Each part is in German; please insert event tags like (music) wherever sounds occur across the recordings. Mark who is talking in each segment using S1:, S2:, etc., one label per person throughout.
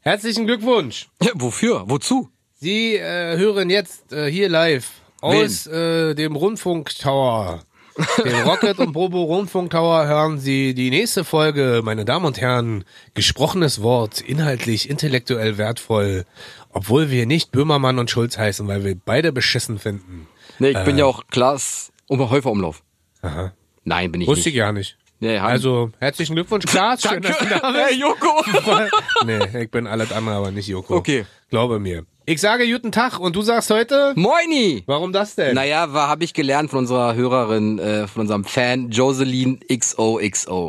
S1: Herzlichen Glückwunsch.
S2: Ja, wofür? Wozu?
S1: Sie äh, hören jetzt äh, hier live
S2: Wen?
S1: aus äh, dem Rundfunktower. Den Rocket und Bobo Rundfunktower hören Sie die nächste Folge, meine Damen und Herren. Gesprochenes Wort, inhaltlich, intellektuell wertvoll. Obwohl wir nicht Böhmermann und Schulz heißen, weil wir beide beschissen finden.
S2: Nee, ich bin ja auch Klaas um Häuferumlauf.
S1: Äh. Aha.
S2: Nein, bin ich
S1: Wusste ich
S2: nicht.
S1: ja nicht.
S2: Nee, haben-
S1: Also, herzlichen Glückwunsch, Klaas. Schön, dass du da bist.
S2: (laughs) Hey, Joko.
S1: (laughs) nee, ich bin alles andere, aber nicht Joko.
S2: Okay.
S1: Glaube mir. Ich sage guten Tag und du sagst heute,
S2: Moini.
S1: warum das denn?
S2: Naja, war habe ich gelernt von unserer Hörerin, äh, von unserem Fan Joseline XOXO.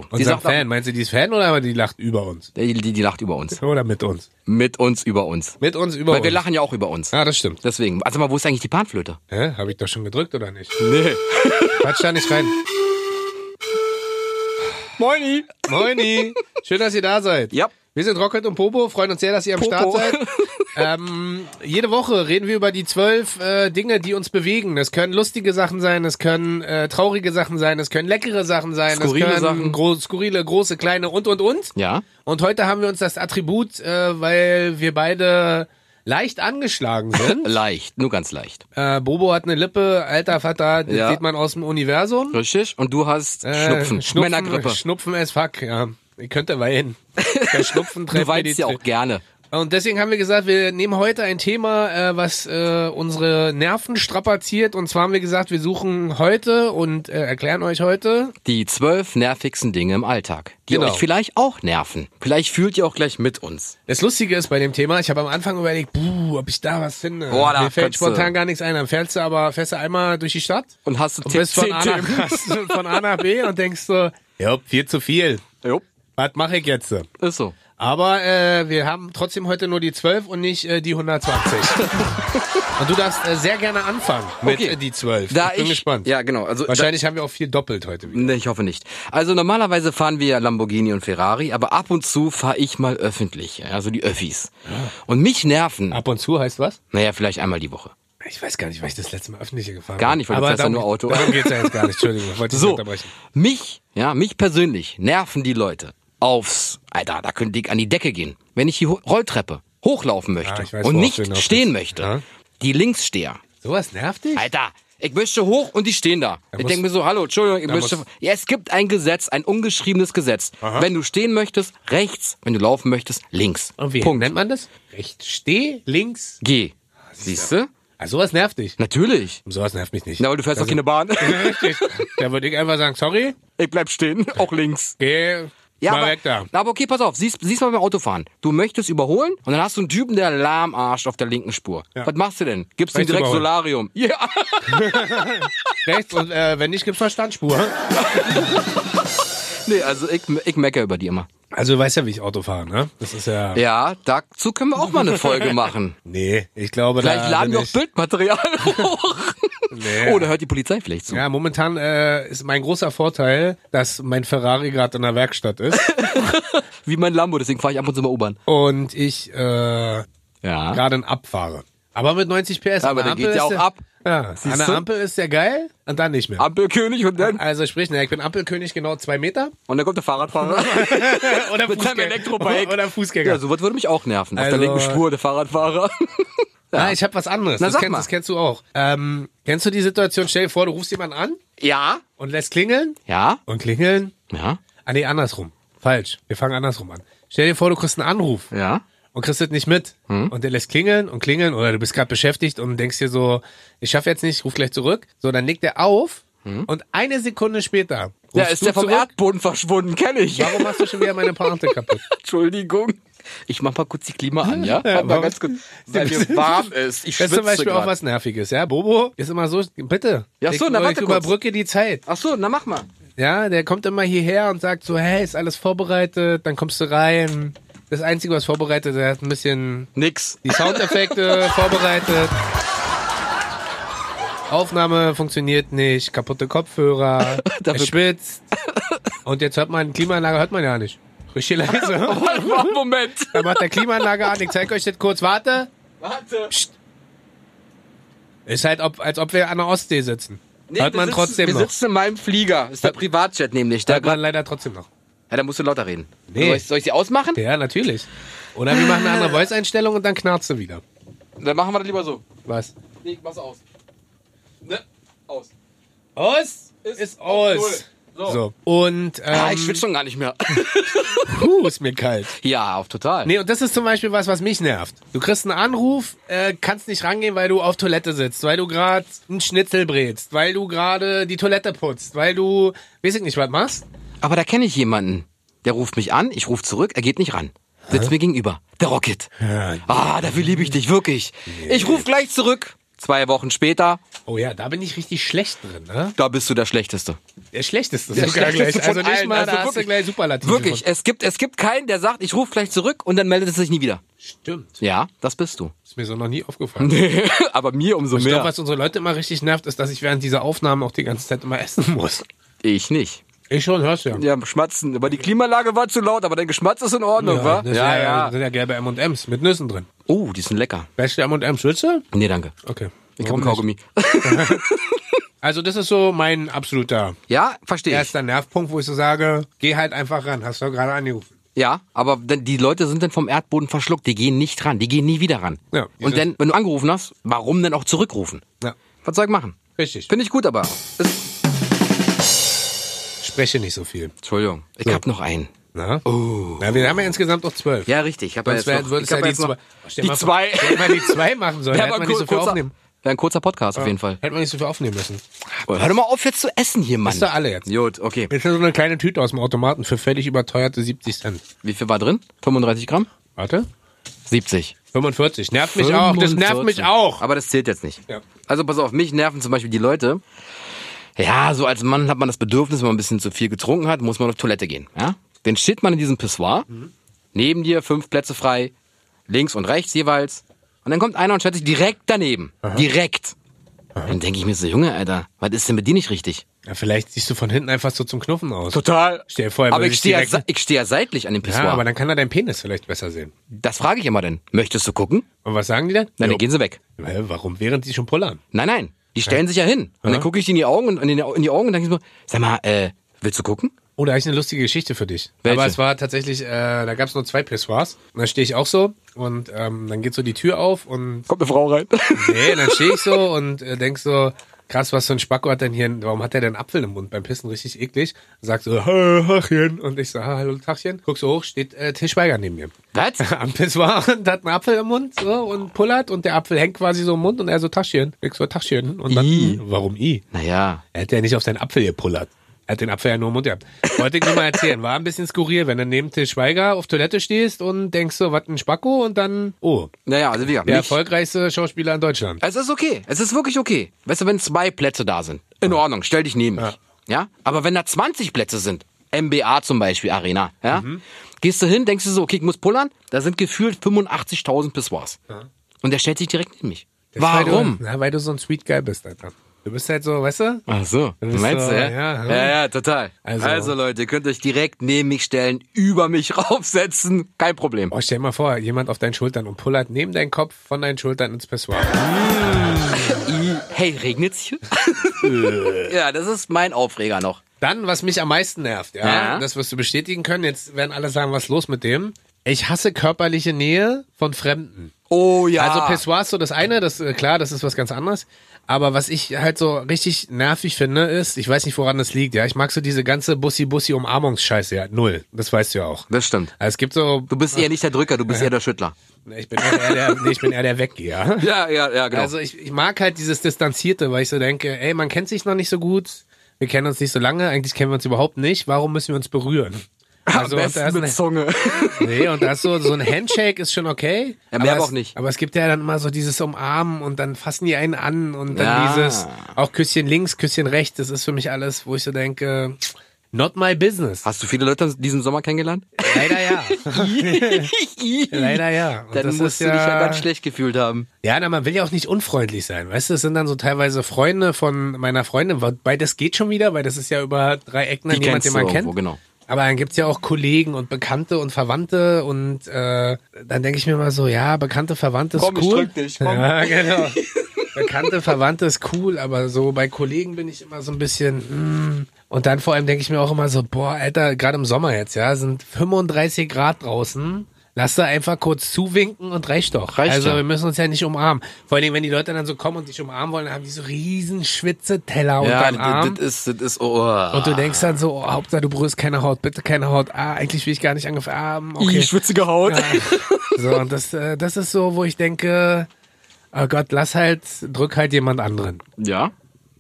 S2: Die,
S1: Unser
S2: sagt auch,
S1: Fan. Meinst du, die ist Fan oder die lacht über uns?
S2: die, die, die lacht über uns.
S1: Oder mit uns?
S2: Mit uns über uns.
S1: Mit uns über
S2: Weil
S1: uns.
S2: wir lachen ja auch über uns.
S1: Ah, das stimmt.
S2: Deswegen. Also mal, wo ist eigentlich die Panflöte?
S1: Hä? Habe ich doch schon gedrückt oder nicht?
S2: (laughs) Nee.
S1: Quatsch da nicht rein.
S2: Moini.
S1: Moini. Schön, dass ihr da seid.
S2: Ja.
S1: Wir sind Rocket und Popo, freuen uns sehr, dass ihr am Start
S2: Popo. (laughs)
S1: seid. Ähm, jede Woche reden wir über die zwölf äh, Dinge, die uns bewegen. Es können lustige Sachen sein, es können äh, traurige Sachen sein, es können leckere Sachen sein,
S2: Skurrile
S1: es können
S2: Sachen.
S1: Gro skurrile, große, kleine und und und.
S2: Ja.
S1: Und heute haben wir uns das Attribut, äh, weil wir beide leicht angeschlagen sind.
S2: (laughs) Leicht. Nur ganz leicht.
S1: Äh, Bobo hat eine Lippe, alter Vater, das
S2: Ja.
S1: sieht man aus dem Universum.
S2: Richtig. Und du hast
S1: Äh,
S2: Schnupfen. Männergrippe.
S1: Schnupfen as fuck, ja. Ich könnte weinen. Der
S2: (laughs)
S1: Schnupfen
S2: Du
S1: treibt mir die
S2: weinst ja auch gerne.
S1: Und deswegen haben wir gesagt, wir nehmen heute ein Thema, äh, was äh, unsere Nerven strapaziert. Und zwar haben wir gesagt, wir suchen heute und äh, erklären euch heute.
S2: Die zwölf nervigsten Dinge im Alltag, die
S1: Genau.
S2: euch vielleicht auch nerven. Vielleicht fühlt ihr auch gleich mit uns.
S1: Das Lustige ist bei dem Thema, ich habe am Anfang überlegt, buh, ob ich da was finde.
S2: Boah, da
S1: Mir fällt
S2: kannst du-
S1: spontan gar nichts ein. Dann fährst du aber, fährst du einmal durch die Stadt
S2: Und hast du
S1: und bist von A, nach, hast du von A nach B und denkst so, ja, viel zu viel.
S2: (laughs) Jo,
S1: Was mache ich jetzt?
S2: ist so.
S1: Aber äh, wir haben trotzdem heute nur die 12 und nicht äh, die
S2: (laughs)
S1: 120. und du darfst äh, sehr gerne anfangen mit
S2: Okay.
S1: äh, die 12.
S2: Da
S1: ich bin
S2: ich-
S1: gespannt.
S2: ja, genau, also-
S1: Wahrscheinlich haben wir auch viel doppelt heute wieder.
S2: Nee, ich hoffe nicht. Also normalerweise fahren wir Lamborghini und Ferrari, aber ab und zu fahre ich mal öffentlich, also die Öffis. Und mich nerven,
S1: Ah. Ab und zu heißt was?
S2: naja, vielleicht einmal die Woche.
S1: Ich weiß gar nicht, weil ich das letzte Mal öffentliche gefahren
S2: Gar
S1: bin.
S2: nicht, weil du
S1: Aber
S2: fährst ja
S1: darum-
S2: nur Auto.
S1: Darum geht's ja jetzt gar nicht.
S2: (laughs)
S1: Entschuldigung, wollte ich nicht
S2: So,
S1: unterbrechen.
S2: mich, ja, mich persönlich nerven die Leute aufs, Alter, da könnte ich an die Decke gehen, wenn ich die Ho- Rolltreppe hochlaufen möchte
S1: Ah, ich weiß, worauf
S2: und
S1: du
S2: nicht
S1: hinaus
S2: stehen
S1: willst.
S2: möchte.
S1: Ja.
S2: Die Linkssteher.
S1: Sowas nervt dich?
S2: Alter, ich möchte hoch und die stehen da. ich
S1: muss-
S2: denke mir so, hallo, Entschuldigung, ich
S1: Da
S2: möchte.
S1: muss-
S2: Ja, es gibt ein Gesetz, ein ungeschriebenes Gesetz. Wenn du stehen möchtest, rechts, wenn du laufen möchtest, links.
S1: Und wie
S2: Punkt.
S1: nennt man das? Rechts steh, links.
S2: Geh. Siehst du?
S1: Ah, sowas nervt dich.
S2: Natürlich.
S1: Sowas nervt mich nicht.
S2: Na, aber du fährst doch
S1: Also-
S2: keine Bahn.
S1: (laughs) Richtig. Da würde ich einfach sagen, sorry,
S2: ich bleib stehen, auch links.
S1: geh
S2: Ja,
S1: mal
S2: aber,
S1: weg da.
S2: aber okay, pass auf, siehst, siehst mal beim Autofahren. Du möchtest überholen und dann hast du einen Typen, der lahmarscht auf der linken Spur.
S1: Ja.
S2: Was machst du denn? Gibst ihm
S1: Rechts
S2: direkt
S1: überholen.
S2: Solarium. (laughs) Ja.
S1: Rechts und äh, wenn nicht, gibt's Verstandspur.
S2: Nee, also ich, ich mecker über die immer.
S1: Also du weißt ja, wie ich Auto fahre, ne? Das ist ja.
S2: Ja, dazu können wir auch mal
S1: (laughs)
S2: eine Folge machen.
S1: Nee, ich glaube,
S2: Vielleicht
S1: da
S2: laden
S1: bin
S2: wir auch
S1: ich- (laughs)
S2: Bildmaterial hoch.
S1: Nee.
S2: Oh, da hört die Polizei vielleicht zu.
S1: Ja, momentan äh, ist mein großer Vorteil, dass mein Ferrari gerade in der Werkstatt
S2: (laughs)
S1: ist
S2: Wie mein Lambo, deswegen fahre ich ab und zu mal U-Bahn.
S1: und ich äh, gerade
S2: Ja.
S1: ein abfahre. Aber mit 90 PS.
S2: Aber
S1: An der
S2: der geht
S1: Ampel
S2: ja
S1: ist
S2: auch ab.
S1: Ja, an der
S2: du?
S1: Ampel ist ja geil und dann nicht mehr.
S2: Ampelkönig und dann.
S1: Also sprich, na, ich bin Ampelkönig genau zwei Meter.
S2: Und dann kommt der Fahrradfahrer.
S1: (laughs) Oder
S2: (laughs) Mit seinem
S1: Fußgänger.
S2: Elektrobike.
S1: Oder Fußgänger.
S2: Ja, sowas würde mich auch nerven. Auf der
S1: Also-
S2: linken Spur der Fahrradfahrer. (laughs)
S1: Ah, ich habe was anderes.
S2: Na,
S1: das,
S2: sag
S1: kennst,
S2: mal.
S1: das kennst du auch. Ähm, kennst du die Situation, stell dir vor, du rufst jemanden an
S2: Ja.
S1: und lässt klingeln
S2: Ja.
S1: und klingeln
S2: Ja.
S1: Ah nee, andersrum. Falsch. Wir fangen andersrum an. Stell dir vor, du kriegst einen Anruf
S2: Ja.
S1: und kriegst das nicht mit.
S2: Hm?
S1: Und der lässt klingeln und klingeln oder du bist gerade beschäftigt und denkst dir so, ich schaffe jetzt nicht, ruf gleich zurück. So, dann legt er auf und eine Sekunde später rufst
S2: Hm? Ja, ist
S1: du
S2: der vom
S1: zurück.
S2: Erdboden verschwunden, kenne ich.
S1: Warum machst du schon wieder meine Pointe kaputt?
S2: (laughs) Entschuldigung. Ich mach mal kurz die Klima an, ja?
S1: Ja,
S2: Warte mal
S1: warum?
S2: ganz kurz.
S1: (laughs)
S2: Weil mir warm ist. Ich
S1: Das ist
S2: schwitze
S1: zum Beispiel
S2: grad.
S1: auch was Nerviges, ja? Bobo ist immer so, bitte.
S2: Ja,
S1: ich,
S2: so, na,
S1: ich
S2: warte kurz.
S1: überbrücke die Zeit.
S2: Ach so, na mach mal.
S1: Ja, der kommt immer hierher und sagt so, hey, ist alles vorbereitet, dann kommst du rein. Das Einzige, was vorbereitet ist, er hat ein bisschen
S2: Nix. (laughs)
S1: Die Soundeffekte vorbereitet. Aufnahme funktioniert nicht, kaputte
S2: (laughs)
S1: Kopfhörer, er
S2: Dafür-
S1: schwitzt. Und jetzt hört man, Klimaanlage hört man ja nicht. Richtig
S2: (laughs)
S1: leise.
S2: Moment.
S1: Da macht der Klimaanlage an, ich zeig euch das kurz, warte.
S2: Warte.
S1: Ist halt, ob, als ob wir an der Ostsee sitzen. hört
S2: wir
S1: man
S2: sitzen,
S1: trotzdem
S2: wir
S1: noch.
S2: sitzen in meinem Flieger. Ist der Privatjet nämlich. Da,
S1: Hört man
S2: grad,
S1: leider trotzdem noch.
S2: ja, da musst du lauter reden.
S1: Nee.
S2: Soll, ich, soll ich sie ausmachen?
S1: Ja, natürlich. Oder wir machen eine
S2: Äh.
S1: andere Voice-Einstellung und dann knarzt du wieder.
S2: Dann machen wir das lieber so.
S1: Was?
S2: Nee, mach's aus. Ne? Aus.
S1: Ähm. Aus ist, aus.
S2: Null. So.
S1: So. Und ähm,
S2: Ah, ich schwitze schon gar nicht mehr. (laughs)
S1: puh, ist mir kalt.
S2: ja, auf total.
S1: Nee, und das ist zum Beispiel was, was mich nervt. Du kriegst einen Anruf, äh, kannst nicht rangehen, weil du auf Toilette sitzt, weil du gerade einen Schnitzel brätst, weil du gerade die Toilette putzt, weil du, weiß ich nicht, was machst.
S2: Aber da kenne ich jemanden. Der ruft mich an, ich rufe zurück, er geht nicht ran. Sitzt mir gegenüber. Der Rocket.
S1: Ja.
S2: Ah, dafür liebe ich dich, wirklich. Ich rufe gleich zurück. Zwei Wochen später,
S1: Oh ja, da bin ich richtig schlecht drin, ne?
S2: da bist du der Schlechteste.
S1: Der schlechteste
S2: Der
S1: sogar
S2: Schlechteste
S1: gleich. Also
S2: von
S1: nicht
S2: allen.
S1: mal,
S2: Also
S1: da hast du
S2: wirklich-
S1: gleich Superlative.
S2: Wirklich,
S1: von.
S2: es gibt, es gibt keinen, der sagt, ich rufe gleich zurück und dann meldet es sich nie wieder.
S1: Stimmt.
S2: Ja, das bist du.
S1: Ist mir so noch nie aufgefallen.
S2: (laughs) Aber mir umso
S1: Ich
S2: mehr.
S1: glaube, was unsere Leute immer richtig nervt, ist, dass ich während dieser Aufnahmen auch die ganze Zeit immer essen (laughs) muss.
S2: ich nicht.
S1: Ich schon, hörst du ja.
S2: Ja, Schmatzen. Aber die Klimaanlage war zu laut, aber dein Geschmatz ist in Ordnung, wa?
S1: das ja, ja. sind ja gelbe M&M's mit Nüssen drin.
S2: Oh, die sind lecker.
S1: Beste M&M's, willst du?
S2: Nee, danke.
S1: Okay.
S2: Ich
S1: Warum
S2: habe
S1: nicht?
S2: Kaugummi.
S1: (laughs)
S2: (laughs)
S1: Also das ist so mein absoluter
S2: ja, verstehe ich.
S1: erster Nervpunkt, wo ich so sage, geh halt einfach ran, hast du gerade angerufen.
S2: Ja, aber dann- die Leute sind dann vom Erdboden verschluckt. Die gehen nicht ran. Die gehen nie wieder ran.
S1: Ja, die
S2: Und
S1: sind-
S2: dann, wenn du angerufen hast, warum denn auch zurückrufen?
S1: Ja,
S2: Was soll ich machen?
S1: richtig.
S2: Finde ich gut, aber. Ist...
S1: Spreche nicht so viel.
S2: Entschuldigung, ich hab noch einen.
S1: Na? Na, wir haben ja insgesamt noch zwölf.
S2: Oh. Ja, richtig. Ich hab ja
S1: Sonst
S2: jetzt
S1: wär,
S2: noch,
S1: würdest
S2: ich
S1: du
S2: hab
S1: ja die,
S2: jetzt noch
S1: zwei. Stell
S2: die
S1: mal vor,
S2: zwei.
S1: Hätte man
S2: (laughs)
S1: die zwei machen sollen,
S2: Ja,
S1: hätte
S2: aber
S1: man nicht so
S2: kur-
S1: viel
S2: kurzer-
S1: aufnehmen.
S2: Wäre ein kurzer Podcast auf jeden Fall.
S1: Hätte man nicht so viel aufnehmen müssen.
S2: Hör doch mal auf, jetzt zu essen hier, Mann.
S1: Ist doch alle jetzt.
S2: Gut, okay.
S1: Jetzt ist so eine kleine Tüte aus dem Automaten für völlig überteuerte 70 Cent.
S2: Wie viel war drin? 35 Gramm?
S1: Warte.
S2: 70.
S1: 45. Nervt mich auch. Das nervt mich
S2: 45.
S1: auch.
S2: Aber das zählt jetzt nicht.
S1: Ja.
S2: Also pass auf, mich nerven zum Beispiel die Leute. Ja, so als Mann hat man das Bedürfnis, wenn man ein bisschen zu viel getrunken hat, muss man auf Toilette gehen. Ja? Dann steht man in diesem Pissoir, neben dir fünf Plätze frei, links und rechts jeweils. Und dann kommt einer und stellt sich direkt daneben. Direkt. Dann denke ich mir so, Junge, Alter, was ist denn mit dir nicht richtig?
S1: Ja, vielleicht siehst du von hinten einfach so zum Knuffen aus.
S2: Total.
S1: Stell dir vor, er
S2: aber
S1: würde
S2: ich
S1: sich
S2: stehe ja,
S1: direkt-
S2: se- ich stehe ja seitlich an dem Pissoir.
S1: Ja, aber dann kann er deinen Penis vielleicht besser sehen.
S2: das frage ich immer dann. Möchtest du gucken?
S1: Und was sagen die dann?
S2: Nein,
S1: Jo.
S2: dann gehen sie weg.
S1: Hä, Warum? Während die schon pullern.
S2: Nein, nein. Die stellen sich ja hin. Und
S1: Ja.
S2: dann gucke ich die in die Augen und in die, in die Augen und denke ich so, sag mal, äh, willst du gucken?
S1: Oh, da habe ich eine lustige Geschichte für dich.
S2: Welche?
S1: Aber es war tatsächlich, äh, da gab es nur zwei Pissoirs. Und da stehe ich auch so und ähm, dann geht so die Tür auf und
S2: Kommt eine Frau rein.
S1: nee, dann stehe ich so und äh, denk so, krass, was für ein Spacko hat denn hier, warum hat der denn Apfel im Mund beim Pissen? Richtig eklig. Sagt so, "Hä, Hachchen. Und ich so, "Ha, hallo Tachchen. Guck so hoch, steht äh, Till Schweiger neben mir.
S2: (laughs)
S1: (laughs)
S2: Was?
S1: Am Pissoir und hat einen Apfel im Mund so und pullert und der Apfel hängt quasi so im Mund und er so Taschchen. Ich so Taschchen. Und dann, "Hm,
S2: I.
S1: warum I?
S2: Naja.
S1: Er hat ja nicht auf seinen Apfel gepullert. Er hat den Apfel ja nur im Mund gehabt. Wollte ich nur mal erzählen. War ein bisschen skurril, wenn du neben Till Schweiger auf Toilette stehst und denkst so, was ein Spacko und dann, oh,
S2: Naja, also wie gesagt,
S1: der
S2: mich-
S1: erfolgreichste Schauspieler in Deutschland.
S2: Es ist okay. Es ist wirklich okay. Weißt du, wenn zwei Plätze da sind, in Ordnung, stell dich neben mich. Ja. Aber wenn da 20 Plätze sind, MBA zum Beispiel, Arena, ja? Gehst du hin, denkst du so, okay, ich muss pullern, da sind gefühlt 85.000 Pissoirs. Und der stellt sich direkt neben mich.
S1: Weil du,
S2: Warum?
S1: na, weil du so ein Sweet Guy bist, Alter. Du bist halt so, weißt du?
S2: Ach so,
S1: bist
S2: meinst
S1: du-
S2: du, ja?
S1: ja,
S2: Ja,
S1: hm.
S2: ja, total.
S1: Also-
S2: Also, Leute, ihr könnt euch direkt neben mich stellen, über mich (laughs) raufsetzen, kein Problem.
S1: Oh, stell dir mal vor, jemand auf deinen Schultern und pullert neben deinen Kopf von deinen Schultern ins Pissoir.
S2: I, hey, regnet's hier? (laughs) ja, das ist mein Aufreger noch.
S1: Dann, was mich am meisten nervt, ja,
S2: Ja.
S1: das wirst du bestätigen können. Jetzt werden alle sagen, was ist los mit dem? Ich hasse körperliche Nähe von Fremden.
S2: Oh ja.
S1: Also Pessoir ist so das eine, das äh, klar, das ist was ganz anderes. Aber was ich halt so richtig nervig finde, ist, ich weiß nicht, woran das liegt, ja. Ich mag so diese ganze Bussi-Bussi-Umarmungsscheiße, ja. Null. Das weißt du ja auch.
S2: Das stimmt.
S1: Also es gibt so.
S2: Du bist eher nicht der Drücker, du bist eher der Schüttler.
S1: Ich bin eher der, nee, ich bin eher der Weggeher.
S2: Ja, ja, ja, genau.
S1: Also ich, ich mag halt dieses Distanzierte, weil ich so denke, ey, man kennt sich noch nicht so gut, wir kennen uns nicht so lange, eigentlich kennen wir uns überhaupt nicht, warum müssen wir uns
S2: (laughs)
S1: berühren? Also und da ist ein-
S2: Zunge.
S1: (laughs) Nee, und das so, so ein Handshake ist schon okay.
S2: Ja, mehr aber
S1: es,
S2: auch nicht.
S1: Aber es gibt ja dann immer so dieses Umarmen und dann fassen die einen an und dann
S2: Ja.
S1: dieses auch Küsschen links, Küsschen rechts, das ist für mich alles, wo ich so denke, not my
S2: (laughs)
S1: business.
S2: Hast du viele Leute diesen Sommer kennengelernt?
S1: Leider
S2: (laughs)
S1: ja. Leider ja. Und
S2: Dann
S1: das ist
S2: musst du dich ja ganz schlecht gefühlt haben.
S1: Ja, na, man will ja auch nicht unfreundlich sein. Weißt du, das sind dann so teilweise Freunde von meiner Freundin, wobei das geht schon wieder, weil das ist ja über drei Ecken dann
S2: Die
S1: jemand, den
S2: kennst du
S1: man kennt.
S2: irgendwo, genau.
S1: Aber dann gibt's ja auch Kollegen und Bekannte und Verwandte und äh, dann denke ich mir mal so, ja, Bekannte, Verwandte ist
S2: Komm, ich
S1: cool.
S2: drück dich, komm.
S1: Ja, genau. Bekannte, Verwandte ist cool, aber so bei Kollegen bin ich immer so ein bisschen. Mm. Und dann vor allem denke ich mir auch immer so, boah, Alter, gerade im Sommer jetzt, ja, sind 35 Grad draußen. Lass da einfach kurz zuwinken und reicht doch.
S2: Reicht
S1: also
S2: ja.
S1: wir müssen uns ja nicht umarmen. Vor allen Dingen, wenn die Leute dann so kommen und dich umarmen wollen, dann haben die so riesen Schwitzeteller
S2: Ja,
S1: unterm Arm.
S2: das das ist, das ist, oh.
S1: Und du denkst dann so, oh, Hauptsache du berührst keine Haut, bitte keine Haut. Ah, eigentlich will ich gar nicht angefangen. Ah, okay.
S2: Ih, schwitzige Haut.
S1: Ja. So, und das, äh, das ist so, wo ich denke, oh Gott, lass halt, drück halt jemand anderen.
S2: Ja.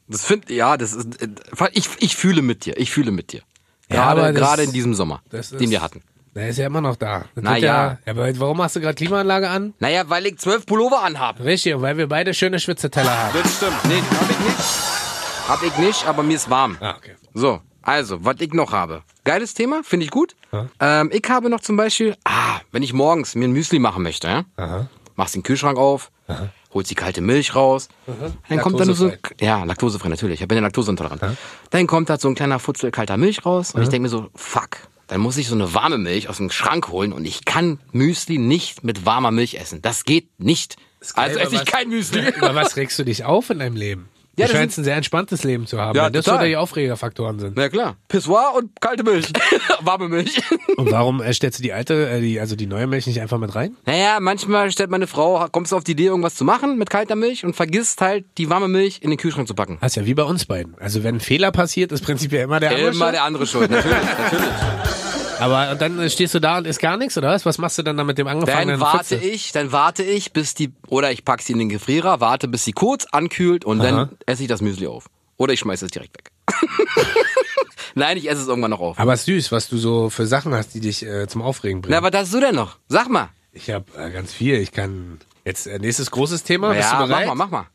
S2: Das find, ja, das ist, äh, ich, ich fühle mit dir, ich fühle mit dir.
S1: Ja,
S2: Gerade,
S1: aber das-
S2: gerade in diesem Sommer,
S1: Das ist,
S2: den wir hatten.
S1: Der ist ja immer noch da. Das
S2: Na
S1: wird
S2: ja.
S1: ja. Aber warum hast du gerade Klimaanlage an?
S2: Naja, weil ich zwölf Pullover anhabe.
S1: Richtig, weil wir beide schöne Schwitzeteller haben.
S2: Das stimmt. Nee, hab ich nicht. Hab ich nicht, aber mir ist warm.
S1: Ah, okay.
S2: So, also, was ich noch habe. Geiles Thema, finde ich gut. Ähm, ich habe noch zum Beispiel, ah, wenn ich morgens mir ein Müsli machen möchte, ja,
S1: Aha.
S2: machst den Kühlschrank auf, holst die kalte Milch raus, dann kommt dann nur so,
S1: Laktosefrei.
S2: ja, laktosefrei natürlich, ich bin ja laktoseintolerant. Dann kommt da so ein kleiner Futzel kalter Milch raus und ich denke mir so, fuck, dann muss ich so eine warme Milch aus dem Schrank holen und ich kann Müsli nicht mit warmer Milch essen. Das geht nicht. Also
S1: Ey,
S2: esse ich
S1: was- (laughs)
S2: kein Müsli.
S1: Über was regst du dich auf in deinem Leben?
S2: Ja,
S1: du
S2: das
S1: scheinst ein sehr entspanntes Leben zu haben.
S2: Ja,
S1: Ja, das
S2: total.
S1: oder die Aufregerfaktoren sind.
S2: Na klar, Pissoir und
S1: (laughs)
S2: kalte Milch. warme Milch.
S1: Und warum äh, stellst du die alte, äh, die, also die neue Milch nicht einfach mit rein?
S2: Naja, manchmal stellt meine Frau, kommst du auf die Idee, irgendwas zu machen mit kalter Milch und vergisst halt, die warme Milch in den Kühlschrank zu packen.
S1: Das ist ja wie bei uns beiden. Also wenn ein Fehler passiert, ist prinzipiell immer der andere.
S2: Immer
S1: schuld.
S2: der andere
S1: (laughs)
S2: schuld, natürlich, natürlich.
S1: Aber dann äh, stehst du da und isst gar nichts, oder was? Was machst du dann da mit dem angefangenen
S2: Dann warte
S1: Futzel?
S2: ich, dann warte ich, bis die, oder ich pack sie in den Gefrierer, warte, bis sie kurz ankühlt und
S1: Aha.
S2: dann esse ich das Müsli auf. Oder ich schmeiße es direkt weg. (laughs) Nein, ich esse es irgendwann noch auf.
S1: Aber es ist süß, was du so für Sachen hast, die dich äh, zum Aufregen bringen.
S2: Na, was hast du denn noch? Sag mal.
S1: ich habe äh, ganz viel. Ich kann jetzt äh, nächstes großes Thema. Bist du
S2: Ja, mach
S1: bereit?
S2: mal, mach mal.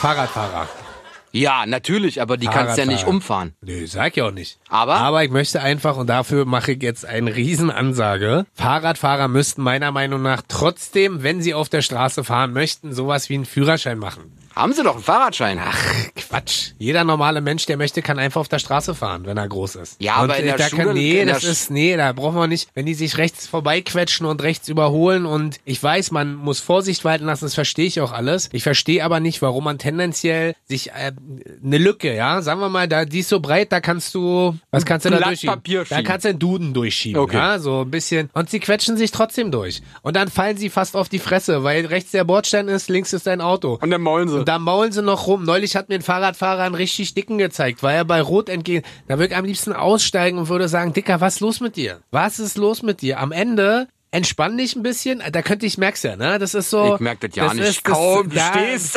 S1: Fahrradfahrer.
S2: Ja, natürlich, aber die kannst du ja nicht
S1: Fahrradfahrer.
S2: umfahren.
S1: Nö, sag ja auch nicht.
S2: Aber?
S1: Aber ich möchte einfach, und dafür mache ich jetzt eine Riesenansage. Fahrradfahrer müssten meiner Meinung nach trotzdem, wenn sie auf der Straße fahren möchten, sowas wie einen Führerschein machen.
S2: Haben sie doch einen Fahrradschein.
S1: Quatsch. Jeder normale Mensch, der möchte, kann einfach auf der Straße fahren, wenn er groß ist.
S2: Ja,
S1: und äh,
S2: aber in der
S1: da
S2: Schule-
S1: Kann, nee,
S2: in der
S1: das
S2: Sch-
S1: ist, nee, da brauchen wir nicht. Wenn die sich rechts vorbeiquetschen und rechts überholen und ich weiß, man muss Vorsicht walten lassen, das verstehe ich auch alles. Ich verstehe aber nicht, warum man tendenziell sich äh, eine Lücke, ja, sagen wir mal, da die ist so breit, da kannst du, was kannst du da
S2: Blatt
S1: durchschieben?
S2: Papier
S1: da
S2: schieben.
S1: kannst du einen Duden durchschieben,
S2: Okay.
S1: ja, so ein bisschen. Und sie quetschen sich trotzdem durch. Und dann fallen sie fast auf die Fresse, weil rechts der Bordstein ist, links ist dein Auto.
S2: Und dann maulen sie.
S1: Und da maulen sie noch rum. Neulich hat mir ein Fahrradfahrer einen richtig dicken gezeigt, weil er bei Rot entgegen. Da würde ich am liebsten aussteigen und würde sagen, Dicker, was ist los mit dir? Was ist los mit dir? Am Ende entspann dich ein bisschen. Da könnte ich, merk's ja, ne? Das ist so.
S2: Ich merk das ja nicht.
S1: ist-
S2: Kaum, du
S1: da- (laughs)
S2: stehst.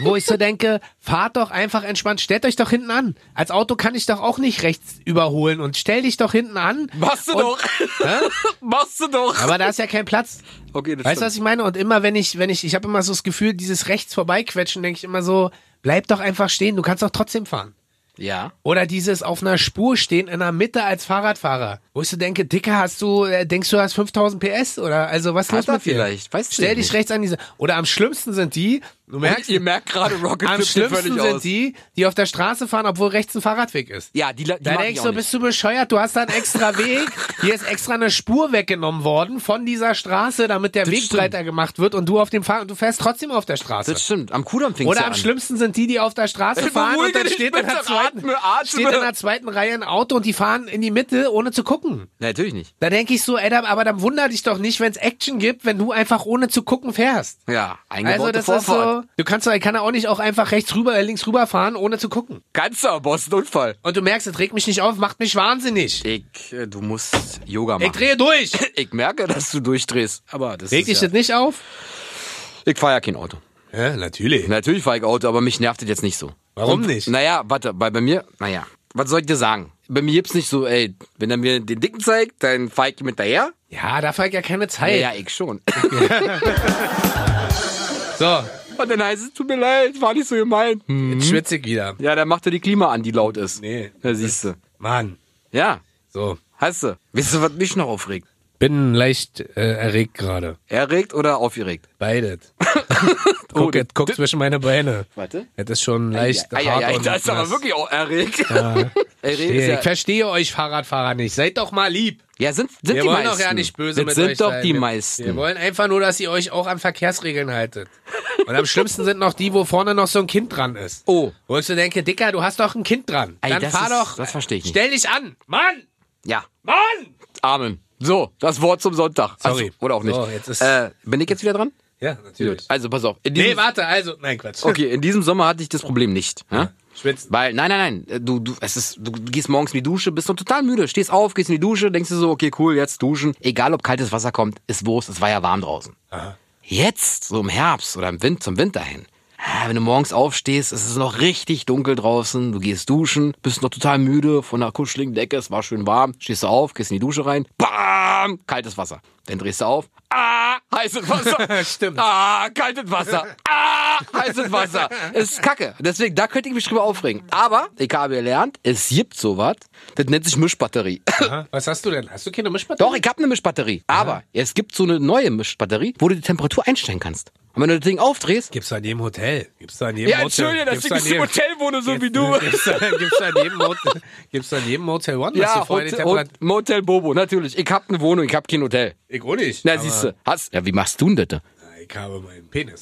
S1: Wo ich so denke, fahrt doch einfach entspannt. Stellt euch doch hinten an. Als Auto kann ich doch auch nicht rechts überholen und stell dich doch hinten
S2: (laughs)
S1: an.
S2: Machst du
S1: Und-
S2: doch.
S1: Hä?
S2: Machst du doch.
S1: Aber da ist ja kein Platz.
S2: okay, das
S1: Weißt du, was ich meine? Und immer wenn ich, wenn ich, ich habe immer so das Gefühl, dieses rechts vorbeiquetschen, denke ich immer so, bleib doch einfach stehen, du kannst doch trotzdem fahren.
S2: Ja.
S1: Oder dieses auf einer Spur stehen in der Mitte als Fahrradfahrer. Wo ich so denke, Dicker, hast du, äh, denkst du, hast 5000 PS oder also was ist los
S2: er
S1: mit dir?
S2: vielleicht, weißt du
S1: Stell
S2: ja
S1: dich
S2: nicht.
S1: rechts an diese. Oder am schlimmsten sind die, du merkst,
S2: Ihr merkt gerade, Rocket
S1: am
S2: flippt hier völlig
S1: schlimmsten sind
S2: aus.
S1: die, die auf der Straße fahren, obwohl rechts ein Fahrradweg ist.
S2: Ja, die, la- die
S1: Da
S2: mag
S1: denk
S2: ich
S1: ich
S2: auch
S1: so,
S2: nicht.
S1: bist du bescheuert? Du hast da einen
S2: (laughs)
S1: extra Weg. Hier ist extra eine Spur weggenommen worden von dieser Straße, damit der Weg
S2: stimmt.
S1: breiter gemacht wird und du auf dem Fahrrad, du fährst trotzdem auf der Straße.
S2: Das stimmt. Am Kudamm fing's ja
S1: Oder am
S2: an.
S1: schlimmsten sind die, die auf der Straße
S2: Ey,
S1: fahren
S2: beruhige
S1: und dann
S2: dich
S1: steht in, der
S2: bitte,
S1: zweiten,
S2: atme, atme.
S1: steht in der zweiten Reihe ein Auto und die fahren in die Mitte, ohne zu gucken.
S2: Na, natürlich nicht.
S1: Da denke ich so, ey, da- aber dann wundert dich doch nicht, wenn es Action gibt, wenn du einfach ohne zu gucken fährst.
S2: Ja, eingebaute
S1: Also das
S2: Vorfahrt.
S1: ist so, du kannst doch, ich kann ja auch nicht auch einfach rechts rüber, äh, links rüber fahren, ohne zu gucken.
S2: Kannst du, aber brauchst einen Unfall.
S1: Und du merkst, es regt mich nicht auf, macht mich wahnsinnig.
S2: Ich, äh, du musst Yoga
S1: Ich
S2: machen.
S1: drehe durch.
S2: Ich, merke, dass du durchdrehst. Aber das
S1: Regt dich
S2: ist ja,
S1: das nicht auf?
S2: Ich fahre ja kein Auto.
S1: Ja, natürlich.
S2: Natürlich fahre ich Auto, aber mich nervt das jetzt nicht so.
S1: Warum nicht?
S2: Naja, warte, weil bei mir, naja, was soll ich dir sagen? Bei mir gibt's nicht so, ey, wenn er mir den Dicken zeigt, dann fahr ich ihm hinterher.
S1: Ja, dafür hat ja keine Zeit.
S2: Ja, ich schon. (laughs)
S1: So, Mhm.
S2: Und dann heißt es, tut mir leid, war nicht so gemeint. Hm.
S1: jetzt schwitze ich wieder.
S2: Ja, dann macht er die Klima an, die laut ist.
S1: Nee.
S2: Da siehst du.
S1: Mann.
S2: Ja,
S1: So.
S2: hast du. Weißt du, was mich noch aufregt?
S1: Bin leicht äh, erregt gerade.
S2: Erregt
S1: (laughs)
S2: oder aufgeregt?
S1: Beidet. guck, jetzt, guck zwischen meine Beine.
S2: Warte.
S1: Das ist schon leicht
S2: Ei, ei,
S1: hart
S2: ei,
S1: und
S2: das ist aber
S1: nass.
S2: wirklich auch erregt. (laughs) Erregt ist
S1: Verstehe. Ich
S2: ja,
S1: verstehe euch Fahrradfahrer nicht. Seid doch mal lieb.
S2: ja, sind, sind
S1: Wir
S2: die
S1: wollen
S2: meisten.
S1: doch ja nicht böse
S2: das
S1: mit
S2: sind
S1: euch
S2: doch
S1: sein.
S2: die
S1: wir,
S2: meisten.
S1: Wir wollen einfach nur, dass ihr euch auch an Verkehrsregeln haltet. Und am schlimmsten sind noch die, wo vorne noch so ein Kind dran ist.
S2: Oh.
S1: Wo ich so denke, Dicker, du hast doch ein Kind dran.
S2: Ey,
S1: Dann
S2: das
S1: fahr
S2: ist-
S1: doch.
S2: das versteh ich nicht.
S1: Stell dich an. Mann!
S2: Ja.
S1: Mann!
S2: Amen. So, das Wort zum Sonntag.
S1: Sorry.
S2: Also, oder auch nicht.
S1: So, jetzt ist-
S2: äh, bin ich jetzt wieder dran?
S1: Ja,
S2: Gut.
S1: natürlich.
S2: Also pass auf. In diesem,
S1: Nee, warte, also, nein, Quatsch.
S2: okay, in diesem Sommer hatte ich das Problem nicht. Ja?
S1: Schwitzen.
S2: Weil, nein, nein, nein, du, du, es ist, du gehst morgens in die Dusche, bist noch total müde, stehst auf, gehst in die Dusche, denkst dir so, okay, cool, jetzt duschen. Egal, ob kaltes Wasser kommt, ist Wurst, es war ja warm draußen. Jetzt, so im Herbst oder im Wind, zum Winter hin, ah, wenn du morgens aufstehst, es ist noch richtig dunkel draußen, du gehst duschen, bist noch total müde von der kuscheligen Decke, es war schön warm, stehst du auf, gehst in die Dusche rein, bam, kaltes Wasser. Dann drehst du auf, ah, heißes Wasser.
S1: Stimmt.
S2: Ah, kaltes Wasser. Ah, heißes Wasser. Ist kacke. Deswegen, da könnte ich mich drüber aufregen. Aber, ich habe gelernt, es gibt sowas. Das nennt sich Mischbatterie.
S1: Aha. Was hast du denn? Hast du keine Mischbatterie?
S2: Doch, ich habe eine Mischbatterie. Aber es gibt so eine neue Mischbatterie, wo du die Temperatur einstellen kannst. Und wenn du das Ding aufdrehst,
S1: Gibt's an jedem Hotel. Gibt's an jedem Hotel. Gibt's an jedem-
S2: Hotelwohne, so
S1: (laughs) Gibt's an, gibt's an jedem Hotel, gibt's an jedem Hotel One, dass du
S2: Ja,
S1: vorher die
S2: Hotel,
S1: Temperatur...
S2: Hot- Motel Bobo, natürlich. Ich hab eine Wohnung, ich hab kein Hotel.
S1: Ich auch nicht.
S2: Na,
S1: aber
S2: siehst du. Hast, ja, wie machst du denn das?
S1: Ich habe meinen Penis.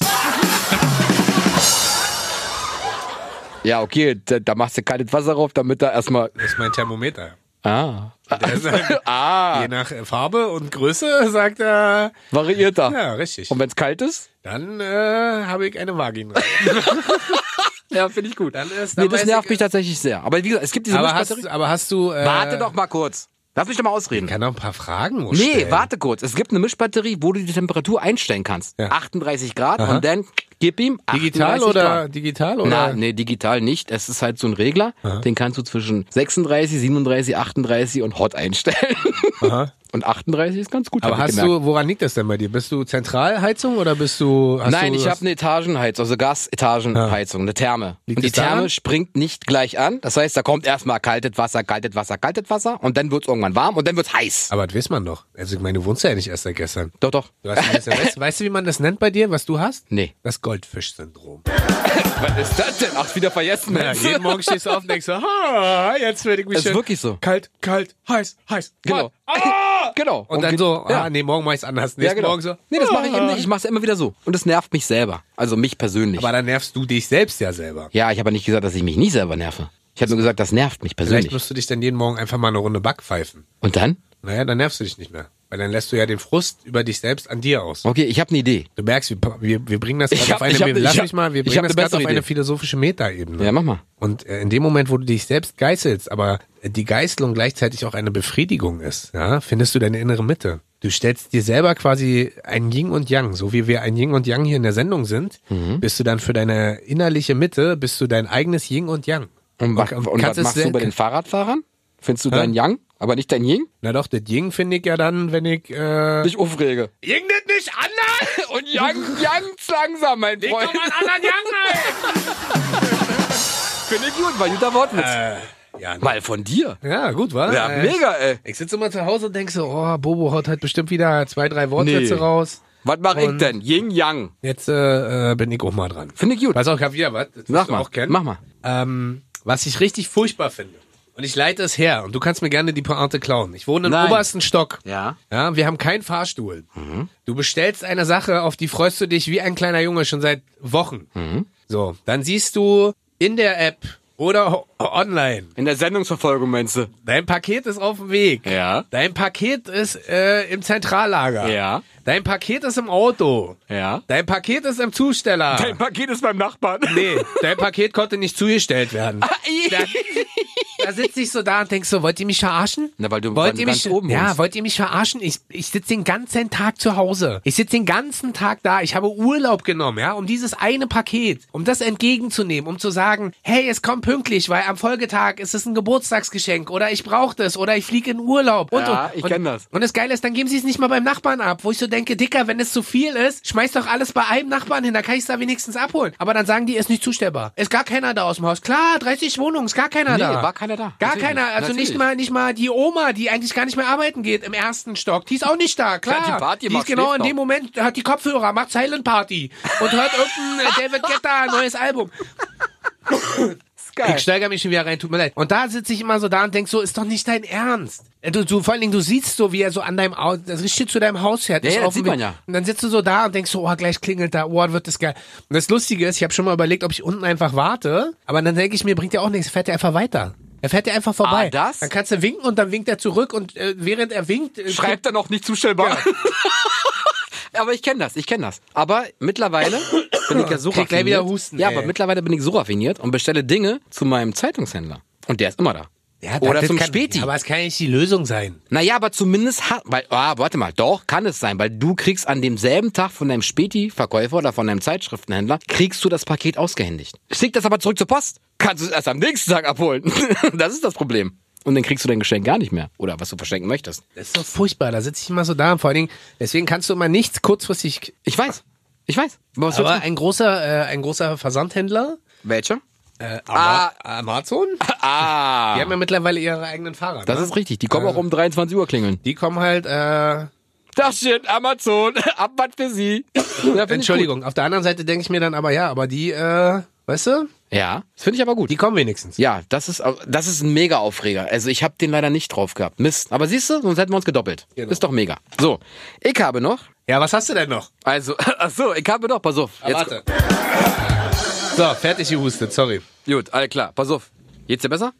S2: Ja, okay, da, da machst du kaltes Wasser drauf, damit da erstmal.
S1: Das ist mein Thermometer.
S2: Ah.
S1: Der
S2: (laughs)
S1: sagt,
S2: Ah.
S1: Je nach Farbe und Größe sagt er...
S2: Variiert da.
S1: Ja, richtig.
S2: Und wenn es kalt ist?
S1: Dann äh, habe ich eine Vagina.
S2: Ja, finde ich gut.
S1: Dann ist-
S2: nee,
S1: dann
S2: das
S1: weiß
S2: nervt
S1: ich-
S2: mich tatsächlich sehr. Aber wie gesagt, es gibt diese
S1: aber,
S2: Mischbatterie-
S1: hast, aber hast du... Äh,
S2: Warte doch mal kurz. Lass mich doch mal ausreden.
S1: Kann noch ein paar Fragen muss
S2: Nee,
S1: stellen.
S2: warte kurz. Es gibt eine Mischbatterie, wo du die Temperatur einstellen kannst.
S1: Ja.
S2: 38 Grad und dann gib ihm 38
S1: Digital oder...
S2: Grad.
S1: Digital oder...
S2: Na, nee, digital nicht. Es ist halt so ein Regler, den kannst du zwischen 36, 37, 38 und Hot einstellen.
S1: Aha.
S2: (laughs) Und 38 ist ganz gut.
S1: Aber
S2: hab ich
S1: hast
S2: gemerkt.
S1: du, woran liegt das denn bei dir? Bist du Zentralheizung oder bist du. Hast
S2: Nein,
S1: du, Ah.
S2: ich habe eine Etagenheizung, also Gasetagenheizung, eine Therme.
S1: Liegt
S2: und die
S1: es daran?
S2: Therme springt nicht gleich an. Das heißt, da kommt erstmal kaltes Wasser, kaltes Wasser, kaltes Wasser und dann wird es irgendwann warm und dann wird es heiß.
S1: Aber das weiß man doch. Also, ich meine, du wohnst ja nicht erst seit gestern.
S2: Doch, doch.
S1: Ah. Du hast ein
S2: (laughs)
S1: bisschen, weißt, weißt du, wie man das nennt bei dir, was du hast?
S2: Nee.
S1: Das Goldfisch-Syndrom.
S2: Was ist das denn? Ach, wieder vergessen,
S1: Ja,
S2: Mensch.
S1: jeden Morgen stehst du auf und denkst so, ha, jetzt werde ich mich.
S2: Das ist
S1: schön
S2: wirklich so.
S1: Kalt, kalt, heiß, heiß.
S2: Genau.
S1: Mann, Ah!
S2: (laughs) genau.
S1: Und dann
S2: ge-
S1: so,
S2: ja.
S1: ah, nee, morgen mach ich's anders. Nächsten
S2: ja, genau.
S1: Morgen so.
S2: nee, das mache ich
S1: ah.
S2: eben nicht. Ich mache es immer wieder so. Und das nervt mich selber. Also mich persönlich.
S1: Aber dann nervst du dich selbst ja selber.
S2: ja, ich habe aber nicht gesagt, dass ich mich nicht selber nerve. Ich habe nur gesagt, das nervt mich
S1: Vielleicht
S2: persönlich.
S1: musst du dich dann jeden Morgen einfach mal eine Runde backpfeifen.
S2: Und dann?
S1: Naja, dann nervst du dich nicht mehr. Weil dann lässt du ja den Frust über dich selbst an dir aus.
S2: Okay, ich habe eine Idee.
S1: Du merkst, wir, wir, wir bringen das
S2: Ich
S1: gerade
S2: hab-
S1: auf eine,
S2: ich hab-
S1: wir- lass
S2: ich hab-
S1: mich mal, wir
S2: ich
S1: bringen
S2: hab
S1: das
S2: eine
S1: gerade auf
S2: bessere
S1: eine
S2: Idee.
S1: philosophische Metaebene.
S2: Ja, mach mal.
S1: Und äh, in dem Moment, wo du dich selbst geißelst, aber äh, die Geißelung gleichzeitig auch eine Befriedigung ist, ja, findest du deine innere Mitte. Du stellst dir selber quasi ein Yin und Yang, so wie wir ein Yin und Yang hier in der Sendung sind,
S2: Mhm.
S1: bist du dann für deine innerliche Mitte, bist du dein eigenes Yin und Yang.
S2: Und, wa- und was
S1: kannst es
S2: machst du
S1: sel-
S2: bei den Fahrradfahrern? Findest du dein Yang, aber nicht dein Ying?
S1: Na doch, das Yin finde ich ja dann, wenn ich äh,
S2: Dich aufrege.
S1: Yin das nicht (laughs) anders!
S2: Und (laughs) Yang, Yang's langsam, mein Freund.
S1: anderen Yang
S2: (laughs) Finde ich gut, war guter Wortwitz.
S1: ein! Ja,
S2: Mal von dir.
S1: Ja, gut, war.
S2: Ja, mega, ey.
S1: Ich sitze immer zu Hause und denke so, oh, Bobo haut halt bestimmt wieder zwei, drei Wortsätze
S2: Nee.
S1: raus.
S2: Was mache
S1: Und-
S2: ich denn? Ying, Yang.
S1: Jetzt äh, äh, bin ich auch mal dran.
S2: Finde ich gut.
S1: Pass auf, ich hab wieder was. das
S2: Mach
S1: wirst du
S2: mal,
S1: Auch kennen.
S2: mach mal.
S1: Ähm, was ich richtig furchtbar finde. Und ich leite es her. Und du kannst mir gerne die Pointe klauen. Ich wohne im
S2: Nein.
S1: obersten Stock.
S2: Ja. Mhm.
S1: Ja, wir haben keinen Fahrstuhl. Du bestellst eine Sache, auf die freust du dich wie ein kleiner Junge schon seit Wochen.
S2: Mhm.
S1: So, dann siehst du in der App oder ho- online
S2: In der Sendungsverfolgung meinst du?
S1: Dein Paket ist auf dem Weg.
S2: Ja.
S1: Dein Paket ist äh, im Zentrallager.
S2: Ja.
S1: Dein Paket ist im Auto.
S2: Ja.
S1: Dein Paket ist im Zusteller.
S2: Dein Paket ist beim Nachbarn. (laughs)
S1: nee, dein Paket konnte nicht zugestellt werden.
S2: Ei.
S1: Da, da sitze ich so da und denk so, wollt ihr mich verarschen?
S2: Na, weil du- weil
S1: wollt
S2: du
S1: ihr
S2: ganz
S1: mich,
S2: oben
S1: Ja,
S2: wohnst.
S1: wollt ihr mich verarschen? Ich, ich sitze den ganzen Tag zu Hause. Ich sitze den ganzen Tag da. Ich habe Urlaub genommen, ja, um dieses eine Paket, um das entgegenzunehmen, um zu sagen, hey, es kommt pünktlich, weil am Folgetag ist es ein Geburtstagsgeschenk oder ich brauche das oder ich fliege in Urlaub. Und,
S2: Ja,
S1: und,
S2: ich
S1: und-
S2: kenn das.
S1: Und das Geile ist, dann geben sie es nicht mal beim Nachbarn ab, wo ich so denke, Dicker, wenn es zu viel ist, schmeiß doch alles bei einem Nachbarn hin, da kann ich es da wenigstens abholen. Aber dann sagen die, ist nicht zustellbar. Ist gar keiner da aus dem Haus. Klar, 30 Wohnungen, ist gar keiner
S2: Nee,
S1: da.
S2: war keiner da.
S1: Gar
S2: Natürlich.
S1: keiner, also nicht
S2: Natürlich.
S1: mal, nicht mal die Oma, die eigentlich gar nicht mehr arbeiten geht im ersten Stock, die ist auch nicht da, klar.
S2: Ja, die Party
S1: ist
S2: macht,
S1: genau
S2: schläft
S1: in dem
S2: noch.
S1: Moment, hat die Kopfhörer, macht Silent Party und hört irgendein äh, David Guetta neues Album. Ich steigere mich schon wieder rein, tut mir leid. Und da sitze ich immer so da und denk so, ist doch nicht dein Ernst. Äh, Du, du, vor allen Dingen, du siehst so, wie er so an deinem Auto, das richtig zu deinem Haus fährt.
S2: Ja,
S1: ist
S2: ja, das
S1: auf dem
S2: sieht
S1: Weg.
S2: man ja.
S1: Und dann sitzt du so da und denkst so, oh, gleich klingelt da, oh, wird das geil. Und das Lustige ist, ich habe schon mal überlegt, ob ich unten einfach warte, aber dann denke ich mir, bringt ja auch nichts, fährt ja einfach weiter. Er fährt dir einfach vorbei.
S2: Ah, das?
S1: Dann kannst du winken und dann winkt er zurück und äh, während er winkt, äh,
S2: Schreibt er noch nicht zustellbar. Genau. (laughs) aber ich kenne das, ich kenne das. Aber (coughs) mittlerweile bin ich ja so
S1: Krieg gleich wieder
S2: raffiniert.
S1: Husten,
S2: ne? Ja,
S1: ey.
S2: aber mittlerweile bin ich so raffiniert und bestelle Dinge zu meinem Zeitungshändler. Und der ist immer da.
S1: Ja, das-
S2: Oder
S1: das
S2: zum
S1: kann,
S2: Späti.
S1: Aber es kann ja nicht die Lösung sein.
S2: Naja, aber zumindest hat, weil, ah, warte mal, doch, kann es sein, weil du kriegst an demselben Tag von deinem Späti-Verkäufer oder von deinem Zeitschriftenhändler, kriegst du das Paket ausgehändigt. Schick das aber zurück zur Post. Kannst du es erst am nächsten Tag abholen. (laughs) das ist das Problem. Und dann kriegst du dein Geschenk gar nicht mehr. Oder was du verschenken möchtest.
S1: Das ist so furchtbar. Da sitze ich immer so da. und Vor allen Dingen, deswegen kannst du immer nichts kurzfristig.
S2: Ich weiß. Ich weiß. Aber was
S1: Aber
S2: willst
S1: ein großer, äh, ein großer Versandhändler,
S2: du? Welcher?
S1: äh,
S2: Ah.
S1: Ama- Amazon, die
S2: Ah.
S1: haben ja mittlerweile ihre eigenen Fahrer.
S2: Das
S1: ne?
S2: ist richtig. Die kommen auch um 23 Uhr klingeln.
S1: Die kommen halt. Äh,
S2: Das shit, Amazon. (laughs) Abwand für sie. Ja, find ich
S1: Entschuldigung. Auf der anderen Seite denke ich mir dann aber ja, aber die, äh, weißt du,
S2: gut. Ja, das finde ich aber gut.
S1: die kommen wenigstens.
S2: Ja, das ist, das ist ein mega Aufreger. Also ich habe den leider nicht drauf gehabt. Mist. Aber siehst du, sonst hätten wir uns gedoppelt.
S1: Genau.
S2: Ist doch mega. So, ich habe noch.
S1: Ja, was hast du denn noch?
S2: Also, (laughs) ach so, ich habe noch. Pass auf.
S1: Ah, warte. So, fertig gehustet. Sorry.
S2: Gut, alles klar. Pass auf. Geht's dir besser?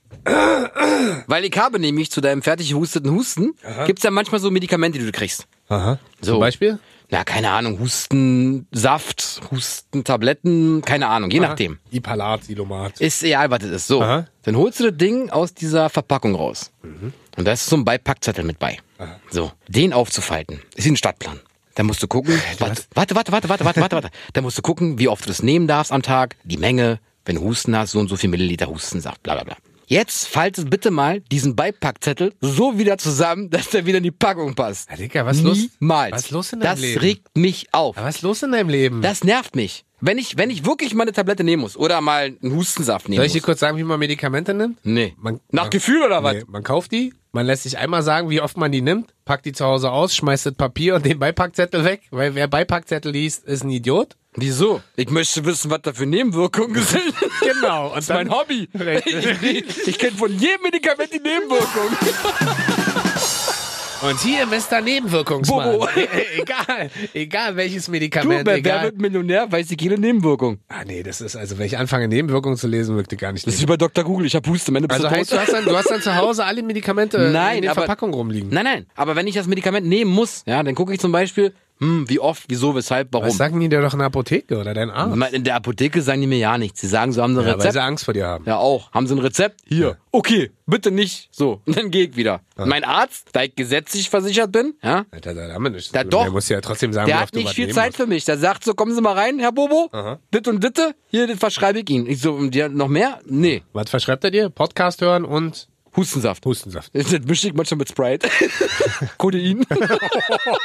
S2: Weil ich habe nämlich zu deinem fertig gehusteten Husten, gibt's ja manchmal so Medikamente, die du kriegst.
S1: Aha.
S2: So.
S1: Zum Beispiel?
S2: Na, keine Ahnung, Hustensaft, Hustentabletten, keine Ahnung, je nachdem.
S1: Ipalat, Ilomat.
S2: Ist egal, was das ist. So,
S1: Aha. Mhm.
S2: dann holst du das Ding aus dieser Verpackung raus. Und da ist so ein Beipackzettel mit bei. So, den aufzufalten, ist wie ein Stadtplan. Da musst du gucken,
S1: Äh,
S2: warte, warte, warte, warte, warte, warte,
S1: (laughs)
S2: warte, warte. Da musst du gucken, wie oft du das nehmen darfst am Tag, die Menge, wenn du Husten hast, so und so viel Milliliter Hustensaft, bla bla bla. Jetzt faltet bitte mal diesen Beipackzettel so wieder zusammen, dass der wieder in die Packung passt.
S1: Ja, Digga, was ist los?
S2: Niemals.
S1: Was ist los in deinem
S2: das
S1: Leben?
S2: regt mich auf.
S1: Ja, was ist los in deinem Leben?
S2: Das nervt mich. Wenn ich, wenn ich wirklich mal eine Tablette nehmen muss oder mal einen Hustensaft nehmen
S1: Soll ich dir
S2: muss.
S1: kurz sagen, wie man Medikamente nimmt?
S2: Nee.
S1: Man-
S2: Nach
S1: man-
S2: Gefühl oder was?
S1: Nee, man kauft die, man lässt sich einmal sagen, wie oft man die nimmt, packt die zu Hause aus, schmeißt das Papier und den Beipackzettel weg, weil wer Beipackzettel liest, ist ein Idiot.
S2: Wieso? Ich möchte wissen, was da für Nebenwirkungen sind.
S1: (laughs) Genau. Und
S2: Das ist mein Hobby.
S1: Richtig.
S2: Ich, ich kenne von jedem Medikament die Nebenwirkungen.
S1: Und hier Mr. Nebenwirkungsmann.
S2: Bobo.
S1: (laughs) egal, egal welches
S2: Du,
S1: Medikament,
S2: wer, wer
S1: egal.
S2: wird Millionär, weiß ich jede Nebenwirkung.
S1: Ah nee, das ist also, wenn ich anfange Nebenwirkungen zu lesen, wirkt die gar nicht.
S2: Das ist
S1: lesen.
S2: wie bei Dr. Google. Ich hab Husten. Am Ende bist
S1: Also heißt,
S2: tot.
S1: du hast dann, du hast dann zu Hause alle Medikamente äh,
S2: Nein,
S1: in der
S2: aber-
S1: Verpackung rumliegen.
S2: Nein, nein. Aber wenn ich das Medikament nehmen muss, ja, dann gucke ich zum Beispiel, hm, wie oft, wieso, weshalb,
S1: Was
S2: warum.
S1: sagen die dir doch in der Apotheke oder dein Arzt?
S2: In der Apotheke sagen die mir ja nichts. Sie sagen, so haben sie ein
S1: Ja, weil
S2: Rezept.
S1: sie Angst vor dir haben.
S2: Ja, auch. Haben Sie ein Rezept? Hier. Okay, bitte nicht. So, und (laughs) dann geh ich wieder. Mein Arzt, da ich gesetzlich versichert bin, ja,
S1: Alter, da haben wir nichts.
S2: Da
S1: zu tun.
S2: doch.
S1: Der muss ja trotzdem sagen,
S2: der
S1: wie
S2: hat
S1: oft du
S2: nicht
S1: was
S2: viel
S1: nehmen
S2: Zeit
S1: musst.
S2: für mich. Der sagt so, kommen Sie mal rein, Herr Bobo, dit und ditte, hier, das verschreibe ich Ihnen. Ich so, und ja, noch mehr? Nee,
S1: Was verschreibt er dir? Podcast hören und
S2: Hustensaft.
S1: Hustensaft.
S2: Das mische ich manchmal mit Sprite. (laughs) Codein.
S1: (laughs)